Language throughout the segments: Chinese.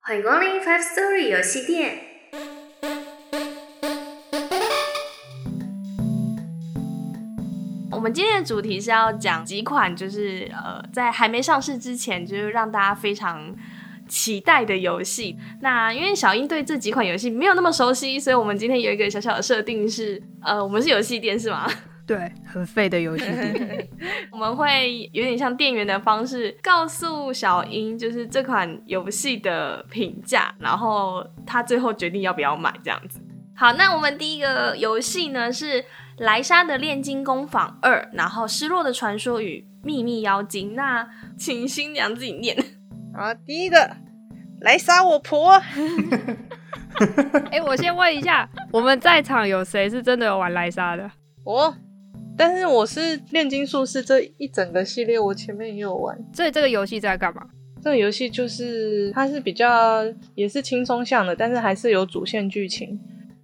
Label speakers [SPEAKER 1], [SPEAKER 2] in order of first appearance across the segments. [SPEAKER 1] 欢迎光临 Five Story 游戏店。
[SPEAKER 2] 我们今天的主题是要讲几款，就是呃，在还没上市之前，就是让大家非常期待的游戏。那因为小英对这几款游戏没有那么熟悉，所以我们今天有一个小小的设定是，呃，我们是游戏店是吗？
[SPEAKER 3] 对，很废的游戏店。
[SPEAKER 2] 我们会有点像店员的方式，告诉小英就是这款游戏的评价，然后她最后决定要不要买这样子。好，那我们第一个游戏呢是莱莎的炼金工坊二，然后失落的传说与秘密妖精。那请新娘自己念。
[SPEAKER 4] 好，第一个来杀我婆，
[SPEAKER 5] 哎、我先问一下，我们在场有谁是真的有玩莱莎的？
[SPEAKER 4] 我。哦但是我是炼金术士这一整个系列，我前面也有玩。
[SPEAKER 5] 所以这个游戏在干嘛？
[SPEAKER 4] 这个游戏就是它是比较也是轻松向的，但是还是有主线剧情。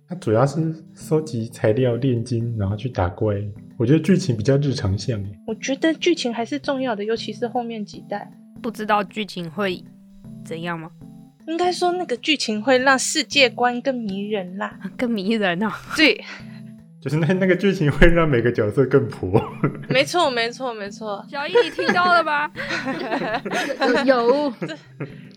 [SPEAKER 6] 它主要是收集材料、炼金，然后去打怪。我觉得剧情比较日常向耶，
[SPEAKER 4] 我觉得剧情还是重要的，尤其是后面几代。
[SPEAKER 5] 不知道剧情会怎样吗？
[SPEAKER 4] 应该说那个剧情会让世界观更迷人啦。
[SPEAKER 5] 更迷人哦。
[SPEAKER 4] 对，
[SPEAKER 6] 就是那那个剧情会让每个角色更婆。
[SPEAKER 4] 没错，没错，没错，
[SPEAKER 5] 小易，你听到了吧？
[SPEAKER 3] 有，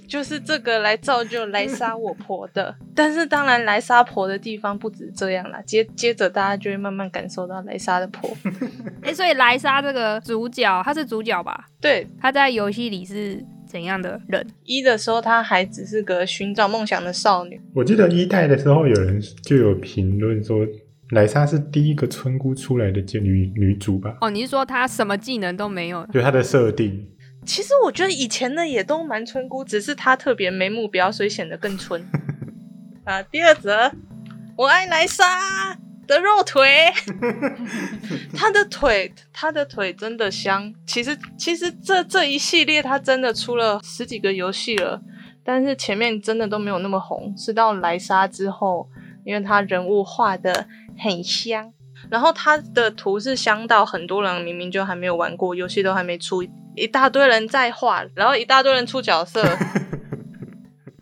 [SPEAKER 4] 就是这个来造就来杀我婆的。但是当然，来杀婆的地方不止这样啦，接接着大家就会慢慢感受到来杀的婆。
[SPEAKER 5] 哎、所以莱莎这个主角，他是主角吧？
[SPEAKER 4] 对，
[SPEAKER 5] 他在游戏里是怎样的人？
[SPEAKER 4] 一的时候，她还只是个寻找梦想的少女。
[SPEAKER 6] 我记得一代的时候，有人就有评论说，莱莎是第一个村姑出来的女女主吧？
[SPEAKER 5] 哦，你是说他什么技能都没有？
[SPEAKER 6] 就她的设定，
[SPEAKER 4] 其实我觉得以前的也都蛮村姑，只是她特别没目标，所以显得更村。啊，第二则，我爱莱莎的肉腿，她的腿，她的腿真的香。其实，其实这这一系列她真的出了十几个游戏了，但是前面真的都没有那么红，是到莱莎之后，因为她人物画的很香。然后他的图是香到很多人明明就还没有玩过，游戏都还没出，一大堆人在画，然后一大堆人出角色，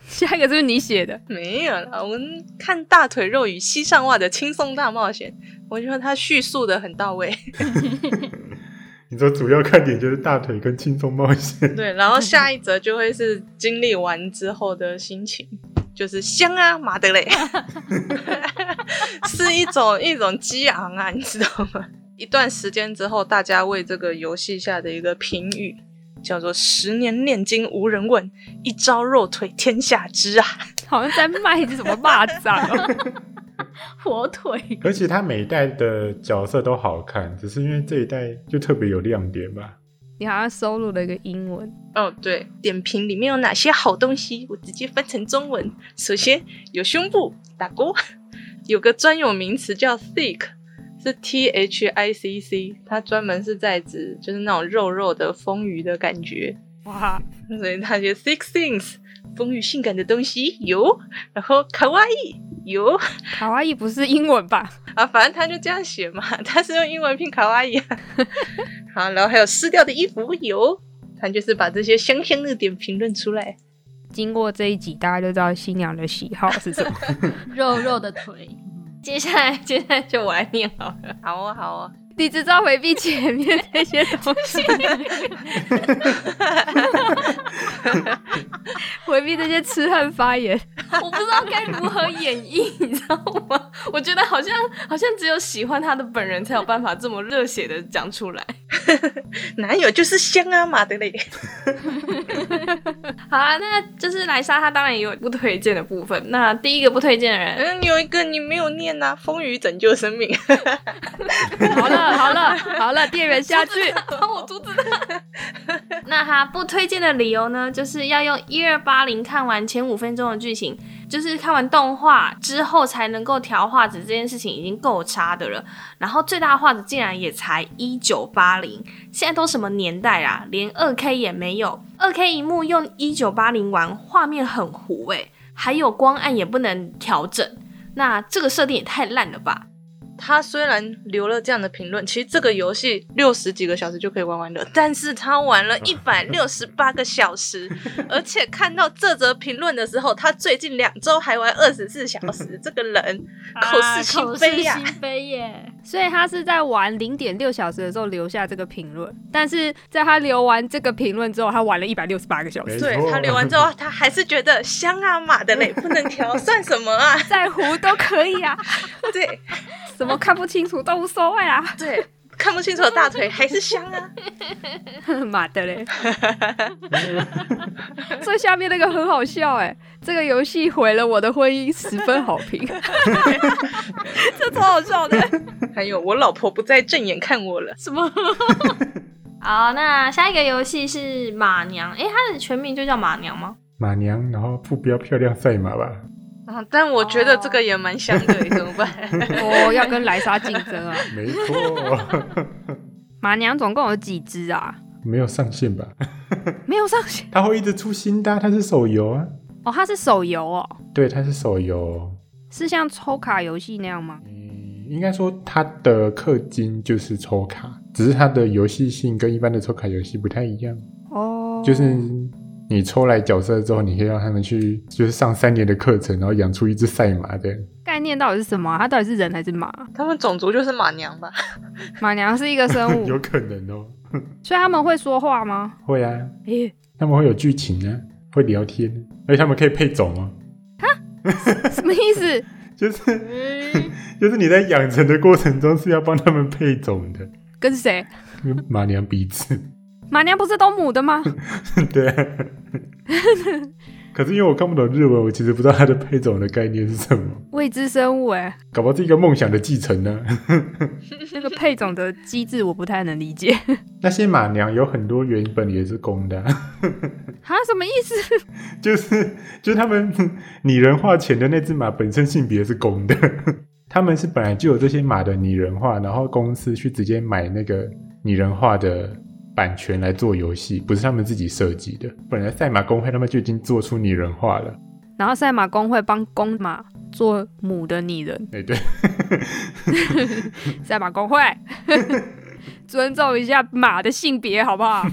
[SPEAKER 5] 下一个是不是你写的？
[SPEAKER 4] 没有啦。我们看大腿肉与膝上袜的轻松大冒险，我觉得他叙述的很到位。
[SPEAKER 6] 你说主要看点就是大腿跟轻松冒险。
[SPEAKER 4] 对，然后下一则就会是经历完之后的心情，就是香啊，妈的嘞，是一种一种激昂啊，你知道吗？一段时间之后，大家为这个游戏下的一个评语叫做“十年炼金无人问，一招肉腿天下知”啊。
[SPEAKER 5] 好像在卖什么蚂蚱、哦？
[SPEAKER 2] 火腿，
[SPEAKER 6] 而且她每一代的角色都好看，只是因为这一代就特别有亮点吧。
[SPEAKER 5] 你好像收录了一个英文。
[SPEAKER 4] 哦，对，点评里面有哪些好东西？我直接翻成中文。首先有胸部打勾， 有个专有名词叫 thick，是 T H I C C，它专门是在指就是那种肉肉的丰腴的感觉，
[SPEAKER 5] 哇，
[SPEAKER 4] 所以它就 thick things，丰腴性感的东西有，然后卡哇伊有
[SPEAKER 5] 卡哇啊伊不是英文吧？
[SPEAKER 4] 啊，反正他就这样写嘛， 他是用英文拼卡哇伊、啊。好，然后还有湿掉的衣服有，他就是把这些香香的点评论出来。
[SPEAKER 5] 经过这一集，大家就知道新娘的喜好是什么。
[SPEAKER 2] 肉肉的腿。接下来，接下来就我来念好了。
[SPEAKER 4] 好哦，好哦，
[SPEAKER 5] 你只知道回避前面那些东西，回避这些痴汉发言。
[SPEAKER 2] 我不知道该如何演绎，你知道吗？我觉得好像好像只有喜欢他的本人才有办法这么热血的讲出来。
[SPEAKER 4] 男友就是香啊，马德嘞。
[SPEAKER 2] 好啊，那就是莱莎，她当然也有不推荐的部分。那第一个不推荐的人，
[SPEAKER 4] 嗯，有一个你没有念呐、啊，风雨拯救生命。
[SPEAKER 5] 好了好了好了，店员下去。
[SPEAKER 2] 帮我阻止他。那他不推荐的理由呢，就是要用一二八零看完前五分钟的剧情，就是看完动画之后才能够调画质，这件事情已经够差的了。然后最大画质竟然也才一九八零，现在都什么年代啦，连二 K 也没有。二 K 荧幕用一九八零玩，画面很糊欸诶、还有光暗也不能调整。那这个设定也太烂了吧！
[SPEAKER 4] 他虽然留了这样的评论，其实这个游戏六十几个小时就可以玩完了，但是他玩 了一百六十八个小时，而且看到这则评论的时候，他最近两周还玩二十四小 时，这个人啊口是心非呀、
[SPEAKER 2] 口啊是心非耶！
[SPEAKER 5] 所以他是在玩零点六小时的时候留下这个评论，但是在他留完这个评论之后，他玩了一百六十八个小时，
[SPEAKER 6] 没
[SPEAKER 4] 对
[SPEAKER 6] 错
[SPEAKER 4] 他留完之后，他还是觉得香啊妈的 嘞，不能调算什么啊？
[SPEAKER 5] 在乎都可以啊，
[SPEAKER 4] 对
[SPEAKER 5] 什么看不清楚都无所谓啊，
[SPEAKER 4] 对，看不清楚的大腿还是香啊。
[SPEAKER 5] 妈的嘞！最下面那个很好笑哎、这个游戏毁了我的婚姻，十分好评，这超好笑的。
[SPEAKER 4] 还有我老婆不再正眼看我了，
[SPEAKER 2] 什么？好，那下一个游戏是马娘，诶，它的全名就叫马娘吗？
[SPEAKER 6] 马娘，然后副标漂亮赛马吧，
[SPEAKER 4] 啊，但我觉得这个也蛮香的，怎么办？
[SPEAKER 5] 哦，要跟莱莎竞争啊！
[SPEAKER 6] 没错，
[SPEAKER 5] 马娘总共有几只啊？
[SPEAKER 6] 没有上线吧？
[SPEAKER 5] 没有上线
[SPEAKER 6] 它会一直出新的啊，它是手游啊，
[SPEAKER 5] 哦，它是手游哦，
[SPEAKER 6] 对，它是手游。
[SPEAKER 5] 是像抽卡游戏那样吗？
[SPEAKER 6] 嗯应该说它的氪金就是抽卡，只是它的游戏性跟一般的抽卡游戏不太一样，
[SPEAKER 5] 哦，
[SPEAKER 6] 就是你抽来角色之后，你可以让他们去就是上三年的课程，然后养出一只赛马这样。
[SPEAKER 5] 概念到底是什么啊、它到底是人还是马？
[SPEAKER 4] 他们种族就是马娘吧？
[SPEAKER 5] 马娘是一个生物，
[SPEAKER 6] 有可能哦，
[SPEAKER 5] 所以他们会说话吗？
[SPEAKER 6] 会啊，
[SPEAKER 5] 诶、
[SPEAKER 6] 他们会有剧情啊，会聊天，而且他们可以配种哦，
[SPEAKER 5] 什么意思？
[SPEAKER 6] 就是 就是你在养成的过程中是要帮他们配种的，
[SPEAKER 5] 跟谁？
[SPEAKER 6] 跟马娘鼻子，
[SPEAKER 5] 马娘不是都母的吗？
[SPEAKER 6] 对啊、可是因为我看不懂日文，我其实不知道它的配种的概念是什么，
[SPEAKER 5] 未知生物、诶，
[SPEAKER 6] 搞不好是一个梦想的继承呢、
[SPEAKER 5] 那个配种的机制我不太能理解。
[SPEAKER 6] 那些马娘有很多原本也是公的啊、
[SPEAKER 5] 啊，什么意思？
[SPEAKER 6] 就是就是他们 拟人化前的那只马本身性别是公的， 他们是本来就有这些马的拟人化，然后公司去直接买那个拟人化的版权来做游戏，不是他们自己设计的。本来赛马公会他们就已经做出拟人化了，
[SPEAKER 5] 然后赛马公会帮公马做母的拟人，
[SPEAKER 6] 哎、对，
[SPEAKER 5] 赛马公会 尊重一下马的性别好不 好？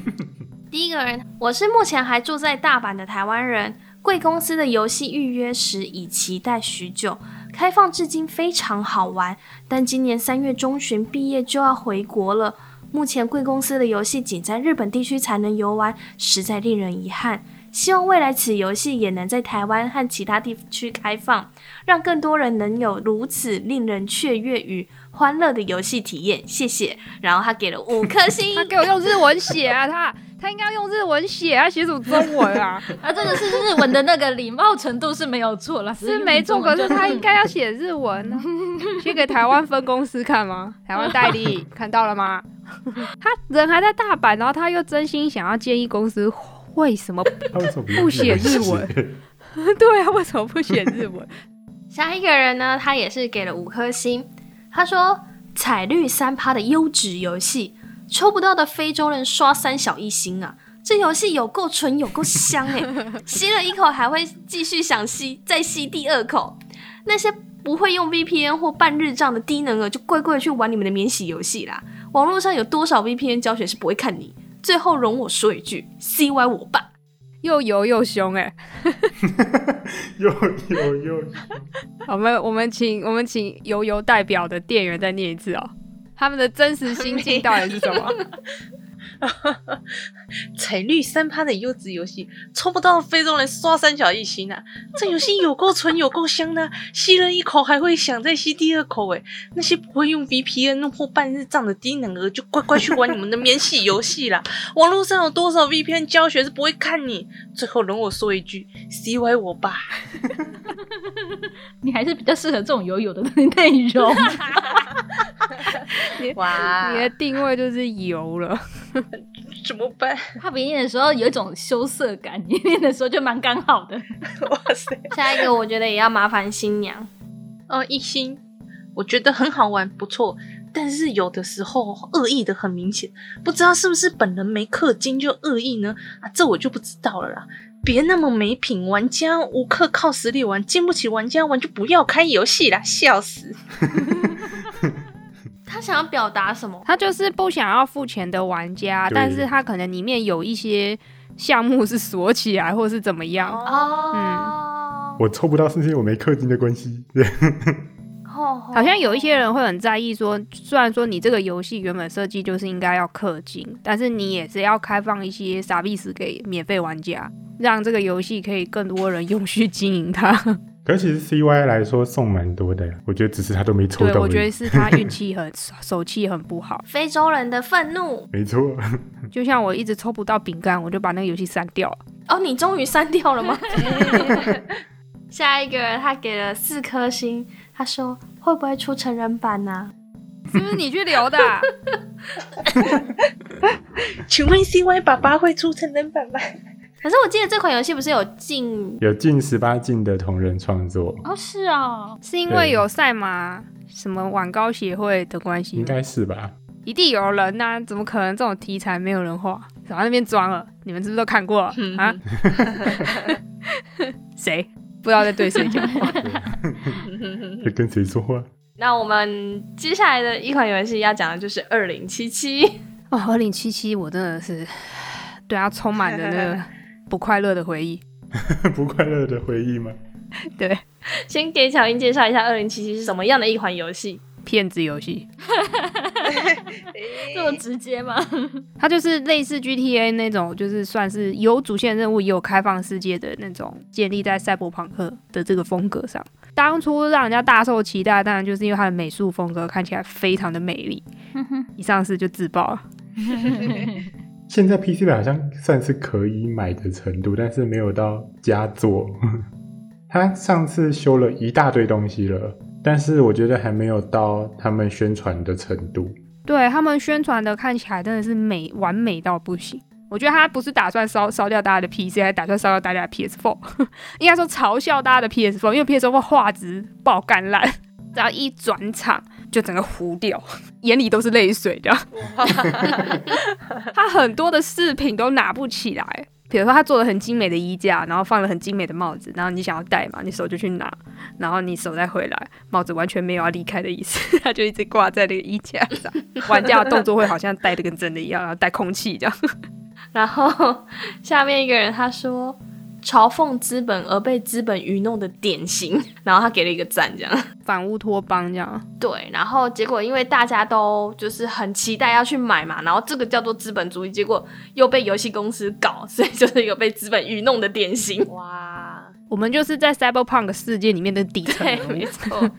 [SPEAKER 2] 第一个人，我是目前还住在大阪的台湾人。贵公司的游戏预约时已期待许久，开放至今非常好玩。但今年三月中旬毕业就要回国了，目前贵公司的游戏仅在日本地区才能游玩，实在令人遗憾。希望未来此游戏也能在台湾和其他地区开放，让更多人能有如此令人雀跃与欢乐的游戏体验。谢谢。然后他给了五颗星
[SPEAKER 5] 他。给我用日文写啊，他他应该用日文写啊，写什么中文 啊？
[SPEAKER 7] 啊，这个是日文的那个礼貌程度是没有错了，
[SPEAKER 5] 是没错，可是他应该要写日文 啊，写给台湾分公司看吗？台湾代 理看到了吗？ 他人还在大阪，然后他又真心想要建议公司，为什么？
[SPEAKER 6] 他为什么
[SPEAKER 5] 不写日
[SPEAKER 6] 文？
[SPEAKER 5] 对啊，为什么不写日文？
[SPEAKER 2] 下一个人呢，他也是给了五颗星。他说：“彩绿三趴的优质游戏，抽不到的非洲人刷三小一星啊！这游戏有够纯，有够香哎、 吸了一口还会继续想吸，再吸第二口。那些不会用 VPN 或办日账的低能儿，就乖乖地去玩你们的免洗游戏啦。网络上有多少 VPN 教学是不会看你。最后容我说一句，CY 我爸。”
[SPEAKER 5] 又油又凶哎、
[SPEAKER 6] 有有有，
[SPEAKER 5] 我们我们请我们请油油代表的店员再念一次哦，他们的真实心境到底是什么？
[SPEAKER 4] 彩绿三趴的优质游戏，抽不到非洲人刷三角一星啊！这游戏有够纯，有够香的啊、吸了一口还会想再吸第二口哎！那些不会用 VPN 或办日账的低能儿，就乖乖去玩你们的免洗游戏 啦！网络上有多少 VPN 教学是不会看你？最后容我说一句，CY 我爸。
[SPEAKER 7] 你还是比较适合这种游泳的内容。
[SPEAKER 4] 哇
[SPEAKER 5] 你的定位就是油了，
[SPEAKER 4] 怎么办？
[SPEAKER 7] 他比念的时候有一种羞涩感，你念的时候就蛮刚好的。
[SPEAKER 4] 哇塞！
[SPEAKER 2] 下一个我觉得也要麻烦新娘。
[SPEAKER 4] 哦，一星，我觉得很好玩，不错。但是有的时候恶意的很明显，不知道是不是本人没氪金就恶意呢？啊，这我就不知道了啦。别那么没品，玩家无氪靠实力玩，经不起玩家玩就不要开游戏啦，笑死！
[SPEAKER 2] 他想要表达什么？
[SPEAKER 5] 他就是不想要付钱的玩家，
[SPEAKER 6] 对
[SPEAKER 5] 但是他可能里面有一些项目是锁起来，或是怎么样。
[SPEAKER 2] 哦，
[SPEAKER 6] 我抽不到是因为我没氪金的关系。对，
[SPEAKER 2] 哦
[SPEAKER 5] 好像有一些人会很在意说，虽然说你这个游戏原本设计就是应该要氪金，但是你也是要开放一些傻逼死给免费玩家，让这个游戏可以更多人 永续经营它。
[SPEAKER 6] 可是其实 CY 来说送蛮多的，我觉得只是他都没抽
[SPEAKER 5] 对，
[SPEAKER 6] 到而已。
[SPEAKER 5] 我觉得是他 运气很手气很不好。
[SPEAKER 2] 非洲人的愤怒
[SPEAKER 6] 没错，
[SPEAKER 5] 就像我一直抽不到饼干，我就把那个游戏删掉了。
[SPEAKER 2] 哦，你终于删掉了 吗？下一个人他给了四颗星，他说会不会出成人版啊呢、
[SPEAKER 5] 是不是你去留的啊、
[SPEAKER 4] 请问 CY 爸爸会出成人 版吗？
[SPEAKER 2] 可是我记得这款游戏不是有进
[SPEAKER 6] 有近十八禁的同人创作，
[SPEAKER 5] 嗯
[SPEAKER 7] 哦，是啊，
[SPEAKER 5] 是因
[SPEAKER 6] 对
[SPEAKER 5] 为有赛马什么网高协会的关系
[SPEAKER 6] 应
[SPEAKER 5] 吗？
[SPEAKER 6] 该是吧？
[SPEAKER 5] 一定有人呐、怎么可能这种题材没有人画？然后那边装了，你们是不是都看过了啊？嗯 谁不知道在对谁讲 话？
[SPEAKER 6] 在跟谁说话？
[SPEAKER 2] 那我们接下来的一款游戏要讲的就是二零七七，
[SPEAKER 5] 哦，二零七七，我真的是对它充满了那 个不快乐的回忆。
[SPEAKER 6] 不快乐的回忆吗？
[SPEAKER 5] 对，
[SPEAKER 2] 先给小英介绍一下二零七七是什么样的一款游戏。
[SPEAKER 5] 骗子游戏，
[SPEAKER 7] 这么直接 吗？
[SPEAKER 5] 它就是类似 GTA 那种，就是算是有主线任务也有开放世界的那种，建立在赛博朋克的这个风格上。当初让人家大受期待，当然就是因为它的美术风格看起来非常的美丽。一上市就自爆了。
[SPEAKER 6] 现在 PC 版好像算是可以买的程度，但是没有到佳作。 他上次修了一大堆东西了，但是我觉得还没有到他们宣传的程度。
[SPEAKER 5] 对他们宣传的看起来真的是美完美到不行。我觉得他不是打算烧烧掉大家的 PC，还打算烧掉大家的 PS4，应 该说嘲笑大家的 PS4，因为 PS4 画质爆干烂，只要一转场就整个糊掉，眼里都是泪水的。他很多的饰品都拿不起来，比如说他做了很精美的衣架，然后放了很精美的帽子，然后你想要戴嘛，你手就去拿，然后你手再回来，帽子完全没有要离开的意思， 它就一直挂在那个衣架上。玩家的动作会好像戴的跟真的一样，然后带空气这样。
[SPEAKER 2] 然后 下面一个人他说嘲讽资本而被资本愚弄的典型，然后他给了一个赞，这样。
[SPEAKER 5] 反乌托邦这样，
[SPEAKER 2] 对，然后结果因为大家都就是很期待要去买嘛，然后这个叫做资本主义，结果又被游戏公司搞，所以就是有被资本愚弄的典型。
[SPEAKER 4] 哇，
[SPEAKER 5] 我们就是在 Cyberpunk 世界里面的底 层
[SPEAKER 2] 对，
[SPEAKER 5] 人物
[SPEAKER 2] 没错。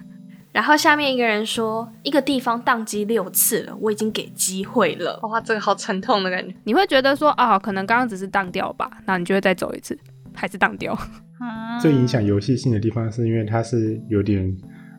[SPEAKER 2] 然后下面一个人说，一个地方宕机六次了，我已经给机会了。
[SPEAKER 4] 哇，这个好沉痛的感觉。
[SPEAKER 5] 你会觉得说啊，可能刚刚只是荡掉吧，那你就会再走一次，还是荡掉。嗯
[SPEAKER 7] 啊
[SPEAKER 6] 最影响游戏性的地方是因为它是有点，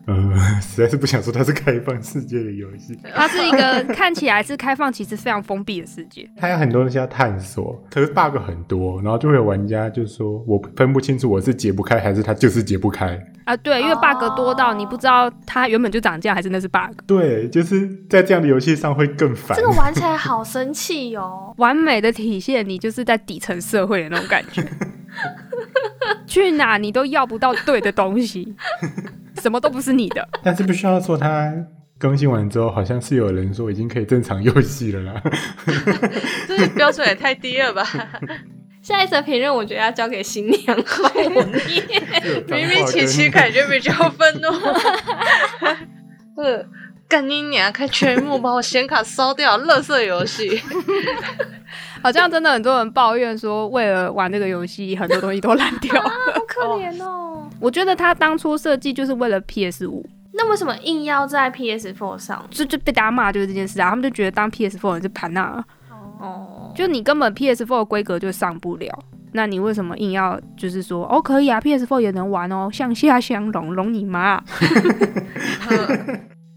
[SPEAKER 6] 呃，实在是不想说它是开放世界的游戏，
[SPEAKER 5] 它是一个看起来是开放，其实非常封闭的世界。
[SPEAKER 6] 它有很多东西要探索，可是 bug 很多，然后就会有玩家就说我分不清楚我是解不开还是它就是解不开。
[SPEAKER 5] 啊，对，因为 bug 多到你不知道它原本就涨价还是那是 bug。
[SPEAKER 6] 对，就是在这样的游戏上会更烦。
[SPEAKER 2] 这个玩起来好生气哦！
[SPEAKER 5] 完美的体现你就是在底层社会的那种感 觉，去哪你都要不到对的东西，什么都不是你的。
[SPEAKER 6] 但是必须要说，它更新完之后，好像是有人说已经可以正常游戏 了啦。
[SPEAKER 4] 这个标准也太低了吧！
[SPEAKER 2] 下一则评论我觉得要交给新 娘了，我念
[SPEAKER 4] 明明琪琪感觉比较愤怒，是干你娘！看全部把我显卡烧掉，垃圾游戏。
[SPEAKER 5] 好像真的很多人抱怨说，为了玩这个游戏，很多东西都烂掉。
[SPEAKER 2] 好可怜哦。
[SPEAKER 5] 我觉得他当初设计就是为了 PS 五，
[SPEAKER 2] 那为什么硬要在 PS4 上？
[SPEAKER 5] 就就被大家骂就是这件事啊，他们就觉得当 PS Four 人是盘纳尔，
[SPEAKER 2] 哦，
[SPEAKER 5] 就你根本 PS Four 规格就上不了。那你为什么硬要就是说哦可以啊，PS Four 也能玩哦，向下相容，容你妈啊、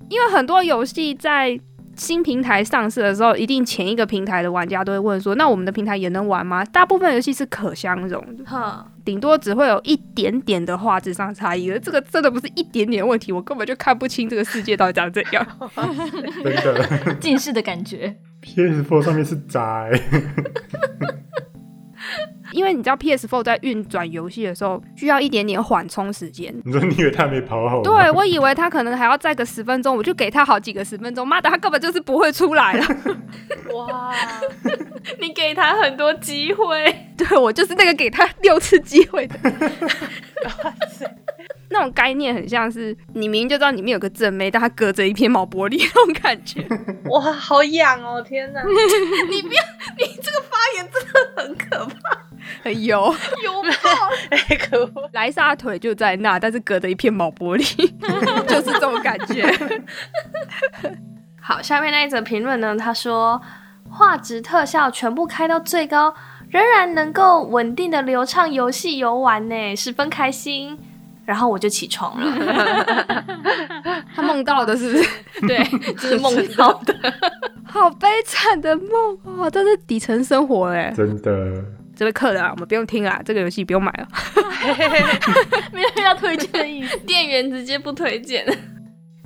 [SPEAKER 5] 因为很多游戏在新平台上市的时候，一定前一个平台的玩家都会问说，那我们的平台也能玩吗？大部分游戏是可相容的。
[SPEAKER 2] 哼，
[SPEAKER 5] 顶多只会有一点点的画质上差异了。这个真的不是一点点问题，我根本就看不清这个世界到底长怎 样。
[SPEAKER 6] 真的
[SPEAKER 7] 近视的感觉。
[SPEAKER 6] PS4 上面是渣、欸，
[SPEAKER 5] 因为你知道 PS4 在运转游戏的时候需要一点点缓冲时间。
[SPEAKER 6] 你说你以为他没跑好吗？
[SPEAKER 5] 对，我以为他可能还要再个十分钟，我就给他好几个十分钟。妈的，他根本就是不会出来 了。
[SPEAKER 4] 哇，
[SPEAKER 2] 你给他很多机会，
[SPEAKER 5] 对我就是那个给他六次机会的。那种概念很像是你明明就知道里面有个正妹，但他隔着一片毛玻璃那种感 觉。
[SPEAKER 4] 哇，好痒哦！天哪，
[SPEAKER 2] 你不要，你这个发言真的很可怕，
[SPEAKER 5] 很油，
[SPEAKER 2] 有爆！
[SPEAKER 4] 哎，可恶！
[SPEAKER 5] 莱莎腿就在那，但是隔着一片毛玻璃， 就是这种感觉。
[SPEAKER 2] 好，下面那一则评论呢，他说画质特效全部开到最高，仍然能够稳定的流畅游戏游玩呢，十分开心。然后我就起床了，
[SPEAKER 5] 他梦到的是不是？
[SPEAKER 2] 对， 就是梦到 的。
[SPEAKER 5] 好悲惨的梦哦，这是底层生活哎。
[SPEAKER 6] 真的，
[SPEAKER 5] 这位客人啊，我们不用听啊，这个游戏不用买了。
[SPEAKER 7] 没有要推荐的意思。
[SPEAKER 2] 店员直接不推荐。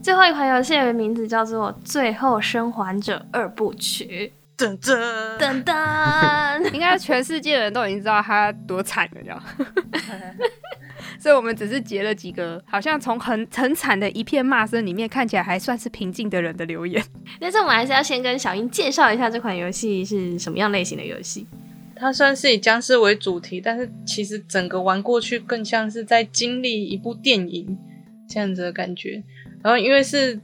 [SPEAKER 2] 最后一款游戏的名字叫做《最后生还者二部曲
[SPEAKER 4] 真真》，
[SPEAKER 2] 噔噔。
[SPEAKER 5] 应该全世界的人都已经知道他多惨了，这样。 所以我们只是截了几个，好像从很很惨的一片骂声里面，看起来还算是平静的人的留言。
[SPEAKER 2] 但是我们还是要先跟小英介绍一下这款游戏是什么样类型的游 戏。
[SPEAKER 4] 它虽然是以僵尸为主题，但是其实整个玩过去更像是在经历一部电影这样子的感觉。然后因为是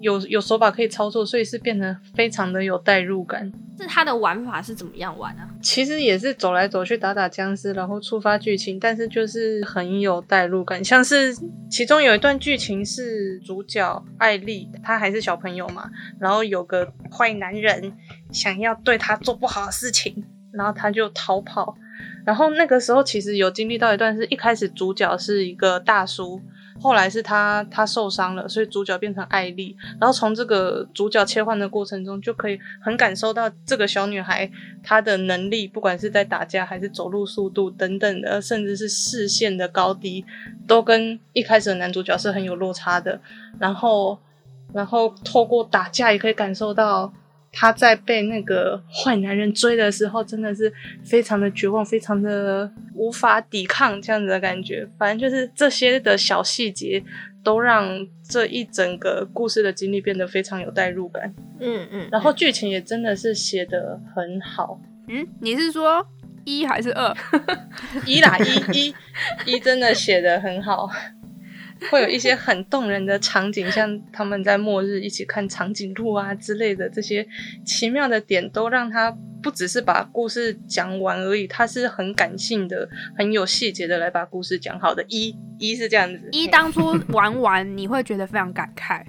[SPEAKER 4] 有有手把可以操作，所以是变得非常的有代入感。
[SPEAKER 2] 是它的玩法是怎么样玩 啊？
[SPEAKER 4] 其实也是走来走去打打僵尸，然后触发剧情，但是就是很有代入感。像是其中有一段剧情是主角艾丽，她还是小朋友嘛，然后有个坏男人想要对她做不好的事情，然后她就逃跑。然后那个时候其实有经历到一段是，一开始主角是一个大叔，后来是他他受伤了，所以主角变成艾丽。然后从这个主角切换的过程中，就可以很感受到这个小女孩她的能力，不管是在打架还是走路速度等等的，甚至是视线的高低，都跟一开始的男主角是很有落差的。然后，然后透过打架也可以感受到。她在被那个坏男人追的时候，真的是非常的绝望，非常的无法抵抗这样子的感觉。反正就是这些的小细节，都让这一整个故事的经历变得非常有代入感。
[SPEAKER 2] 嗯嗯，
[SPEAKER 4] 然后剧情也真的是写的很好，
[SPEAKER 5] 嗯，你是说一还是二？
[SPEAKER 4] 一啦一一一真的写的很好，会有一些很动人的场景，像他们在末日一起看长颈鹿啊之类的这些奇妙的点，都让他不只是把故事讲完而已，他是很感性的、很有细节的来把故事讲好的。一一是这样子，
[SPEAKER 5] 一当初玩完，你会觉得非常感慨，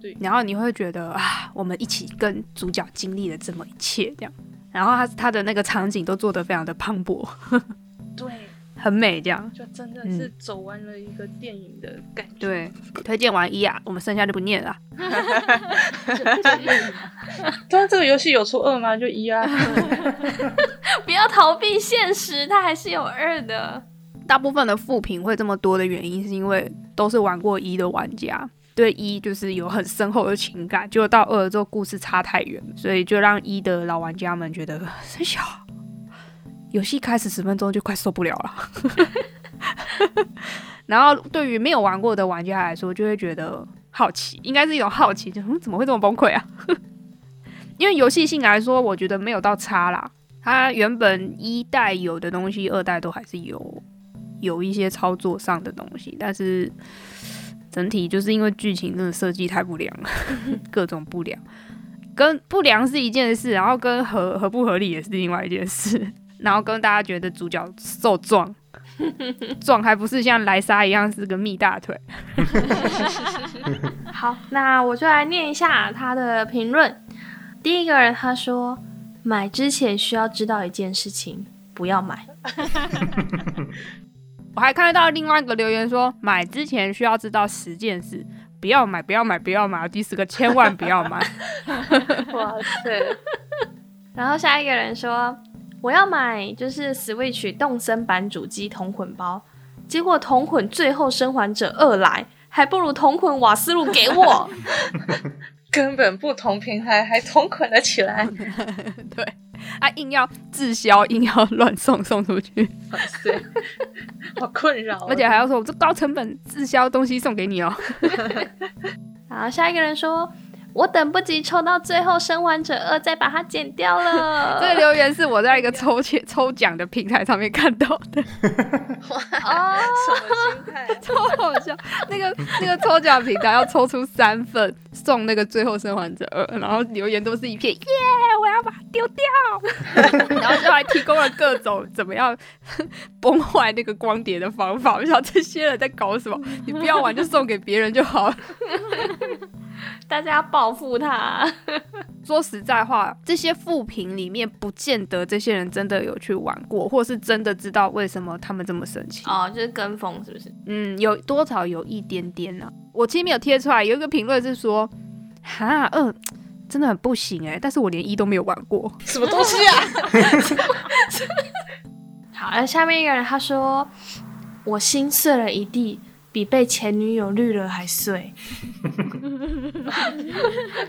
[SPEAKER 4] 对
[SPEAKER 5] 然后你会觉得啊，我们一起跟主角经历了这么一切，这样，然后他他的那个场景都做得非常的磅礴，
[SPEAKER 4] 对，
[SPEAKER 5] 很美，这样。
[SPEAKER 4] 就真的是走完了一个电影的感觉。
[SPEAKER 5] 嗯对，推荐完一啊，我们剩下就不念了啊。
[SPEAKER 4] 当啊然这个游戏有出二吗？就一啊。
[SPEAKER 2] 不要逃避现实，它还是有二的。
[SPEAKER 5] 大部分的副评会这么多的原因，是因为都是玩过一的玩家，对一就是有很深厚的情感，结果到二之后故事差太远，所以就让一的老玩家们觉得真小，游戏开始十分钟就快受不了了。 然后对于没有玩过的玩家来说，就会觉得好奇，应该是一种好奇，就、嗯、怎么会这么崩溃啊？ 因为游戏性来说，我觉得没有到差啦。它原本一代有的东西，二代都还是有，有一些操作上的东西，但是整体就是因为剧情真的设计太不良了， 各种不良，跟不良是一件事，然后跟合合不合理也是另外一件事， 然后跟大家觉得主角受撞，撞还不是像莱莎一样是个蜜大腿，
[SPEAKER 2] 好，那我就来念一下他的评论。第一个人他说，买之前需要知道一件事情，不要买。
[SPEAKER 5] 我还看得到另外一个留言说，买之前需要知道十件事，不要买，不要买，不要买，第四个千万不要买。
[SPEAKER 4] 哇塞！
[SPEAKER 2] 然后下一个人说，我要买就是 Switch 动森版主机同捆包，结果同捆最后生还者二来，还不如同捆瓦斯路给我。
[SPEAKER 4] 根本不同平台还同捆了起来。
[SPEAKER 5] 对，啊，硬要滞销，硬要乱送送出去，
[SPEAKER 4] 哇塞，好困扰哦。
[SPEAKER 5] 而且还要说我这高成本滞销东西送给你哦。
[SPEAKER 2] 好，下一个人说：“我等不及抽到最后生还者二，再把它剪掉了。”
[SPEAKER 5] 这个留言是我在一个抽签抽奖的平台上面看到 的，
[SPEAKER 2] 哦，
[SPEAKER 4] 什么心态啊？
[SPEAKER 5] 超好笑。那个那个抽奖平台要抽出三份送那个《最后生还者二》，然后留言都是一片耶，我要把它丢掉， 然后就还提供了各种怎么样崩坏那个光碟的方法。我想这些人在搞什么？你不要玩就送给别人就好了。
[SPEAKER 2] 大家要报复他。
[SPEAKER 5] 说实在话，这些负评里面不见得这些人真的有去玩过，或是真的知道为什么他们这么生气。
[SPEAKER 2] 哦，就是跟风是不是？
[SPEAKER 5] 嗯，有多少有一点点呢、我其实没有贴出来，有一个评论是说，哈二、真的很不行哎、但是我连一都没有玩过。
[SPEAKER 4] 什么东西啊？
[SPEAKER 2] 好，那下面一个人他说：“我心碎了一地，比被前女友绿了还碎。”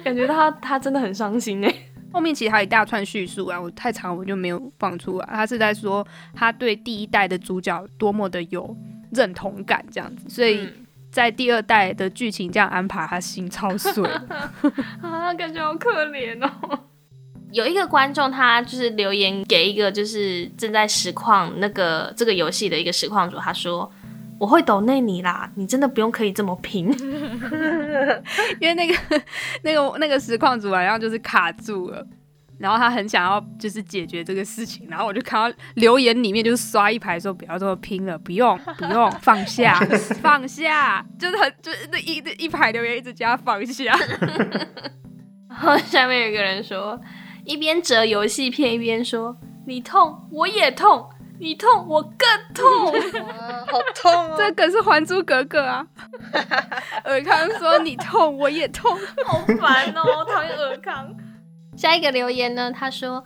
[SPEAKER 2] 感觉他他真的很伤心哎。
[SPEAKER 5] 后面其实还有一大串叙述啊，我太长我就没有放出来。他是在说他对第一代的主角多么的有认同感这样子，所以
[SPEAKER 2] 嗯
[SPEAKER 5] 在第二代的剧情这样安排，他心超碎。
[SPEAKER 2] 啊，感觉好可怜哦。有一个观众，他就是留言给一个就是正在实况那个这个游戏的一个实况主，他说：“我会抖内你啦，你真的不用可以这么拼。
[SPEAKER 5] 因为那个那个那个实况组好像就是卡住了，然后他很想要就是解决这个事情，然后我就看到留言里面就是刷一排说不要这么拼了，不用不用放下放下，就是很就是那一一排留言一直加放 下，”
[SPEAKER 2] 然后下面有一个人说，一边折游戏片一边说：“你痛我也痛，你痛我更痛。”
[SPEAKER 4] 哇好痛哦！
[SPEAKER 5] 这梗是《还珠格格》 啊。尔康说你痛我也痛，
[SPEAKER 2] 好烦哦，讨厌尔康。下一个留言呢，他说《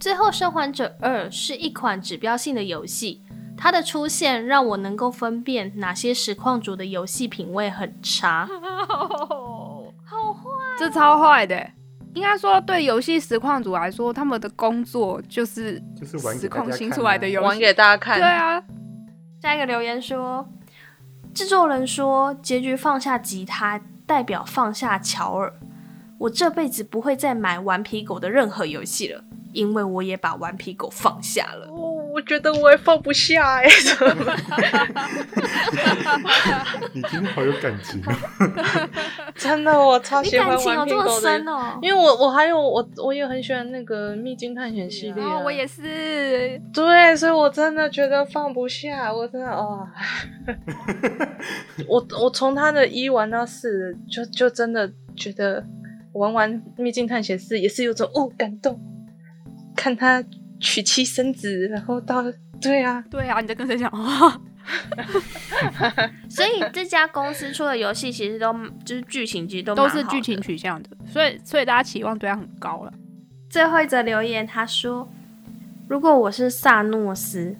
[SPEAKER 2] 最后生还者二》是一款指标性的游戏，它的出现让我能够分辨哪些实况主的游戏品味很差。好坏
[SPEAKER 5] 这超坏的欸。应该说，对游戏实况组来说，他们的工作就是
[SPEAKER 6] 就是玩给
[SPEAKER 5] 实
[SPEAKER 6] 大家
[SPEAKER 5] 况新
[SPEAKER 6] 看
[SPEAKER 5] 出来
[SPEAKER 6] 啊
[SPEAKER 5] 的游
[SPEAKER 4] 玩
[SPEAKER 5] 戏，
[SPEAKER 4] 给大家看。
[SPEAKER 5] 对啊，
[SPEAKER 2] 下一个留言说，制作人说结局放下吉他代表放下乔尔，我这辈子不会再买顽皮狗的任何游戏了，因为我也把顽皮狗放下了。
[SPEAKER 4] 哦，我觉得我也放不下哎、怎么
[SPEAKER 6] 你今天好有感情啊！
[SPEAKER 4] 真的，我超
[SPEAKER 2] 你
[SPEAKER 4] 喜欢
[SPEAKER 2] 感
[SPEAKER 4] 玩
[SPEAKER 2] 情有
[SPEAKER 4] 苹
[SPEAKER 2] 这么
[SPEAKER 4] 果的
[SPEAKER 2] 深，哦？
[SPEAKER 4] 因为我我还有我我也很喜欢那个《秘境探险》系列、
[SPEAKER 5] 然
[SPEAKER 4] 啊，
[SPEAKER 5] 后哦我也是，
[SPEAKER 4] 对，所以我真的觉得放不下，我真的哦， 我我从他的一玩到四，就就真的觉得玩完《秘境探险四》也是有种哦感动，看他娶妻生子，然后到对啊，
[SPEAKER 5] 对啊，你在跟谁讲话？
[SPEAKER 2] 所以这家公司出的游戏其实都就是剧情，其实都
[SPEAKER 5] 都
[SPEAKER 2] 蛮
[SPEAKER 5] 是
[SPEAKER 2] 好
[SPEAKER 5] 剧情
[SPEAKER 2] 的。
[SPEAKER 5] 取向的，所以所以大家期望对他很高了。
[SPEAKER 2] 最后一则留言，他说：“如果我是萨诺斯，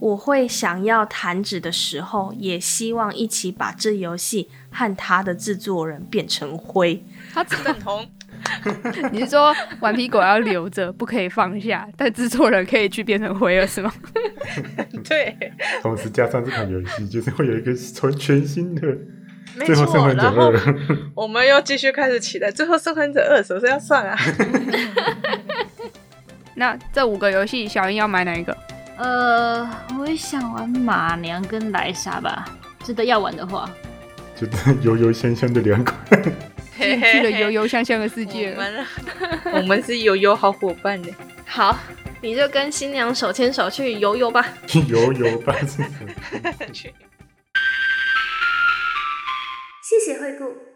[SPEAKER 2] 我会想要弹指的时候，也希望一起把这游戏和他的制作人变成灰。
[SPEAKER 5] 他只
[SPEAKER 4] 赞同，
[SPEAKER 5] 你是说顽皮狗要留着，不可以放下，但制作人可以去变成灰了是吗？
[SPEAKER 4] 对，
[SPEAKER 6] 同时加上这款游戏，就是会有一个全全新的
[SPEAKER 4] 没
[SPEAKER 6] 最后生
[SPEAKER 4] 错。
[SPEAKER 6] 还者
[SPEAKER 4] 然后
[SPEAKER 6] 二。
[SPEAKER 4] 我们又继续开始期待《最后生还者二》什么时候要上啊？
[SPEAKER 5] 那这五个游戏，小英要买哪一个？
[SPEAKER 7] 呃，我也想玩马娘跟莱莎吧，值得要玩的话。
[SPEAKER 6] 就油油香香的两款，
[SPEAKER 4] 嘿
[SPEAKER 5] 去
[SPEAKER 4] 嘿
[SPEAKER 5] 了
[SPEAKER 4] 嘿
[SPEAKER 5] 油油香香的世界
[SPEAKER 4] 我
[SPEAKER 5] 了。
[SPEAKER 4] 们我们是友友好伙伴呢。”
[SPEAKER 2] 好，你就跟新娘手牵手去游游吧。
[SPEAKER 6] 油油吧是什么？
[SPEAKER 1] 谢谢惠顾。